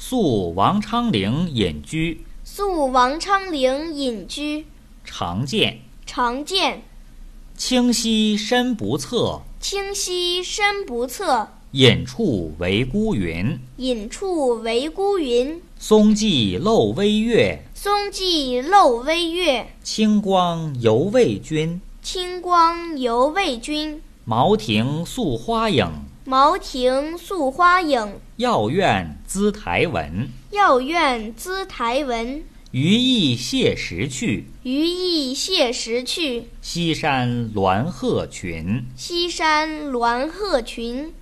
诉王昌龄隐居诉王昌龄隐居常见，常见，清溪深不测，清溪深不测，隐处为孤云。隐处为孤云。松际漏微月，松际漏微月，清光犹未君。清光犹未君。茅亭宿花影，茅亭宿花影，药院资台文。药院资台文。余意谢时去，余意谢时去，西山鸾鹤群。西山鸾鹤群。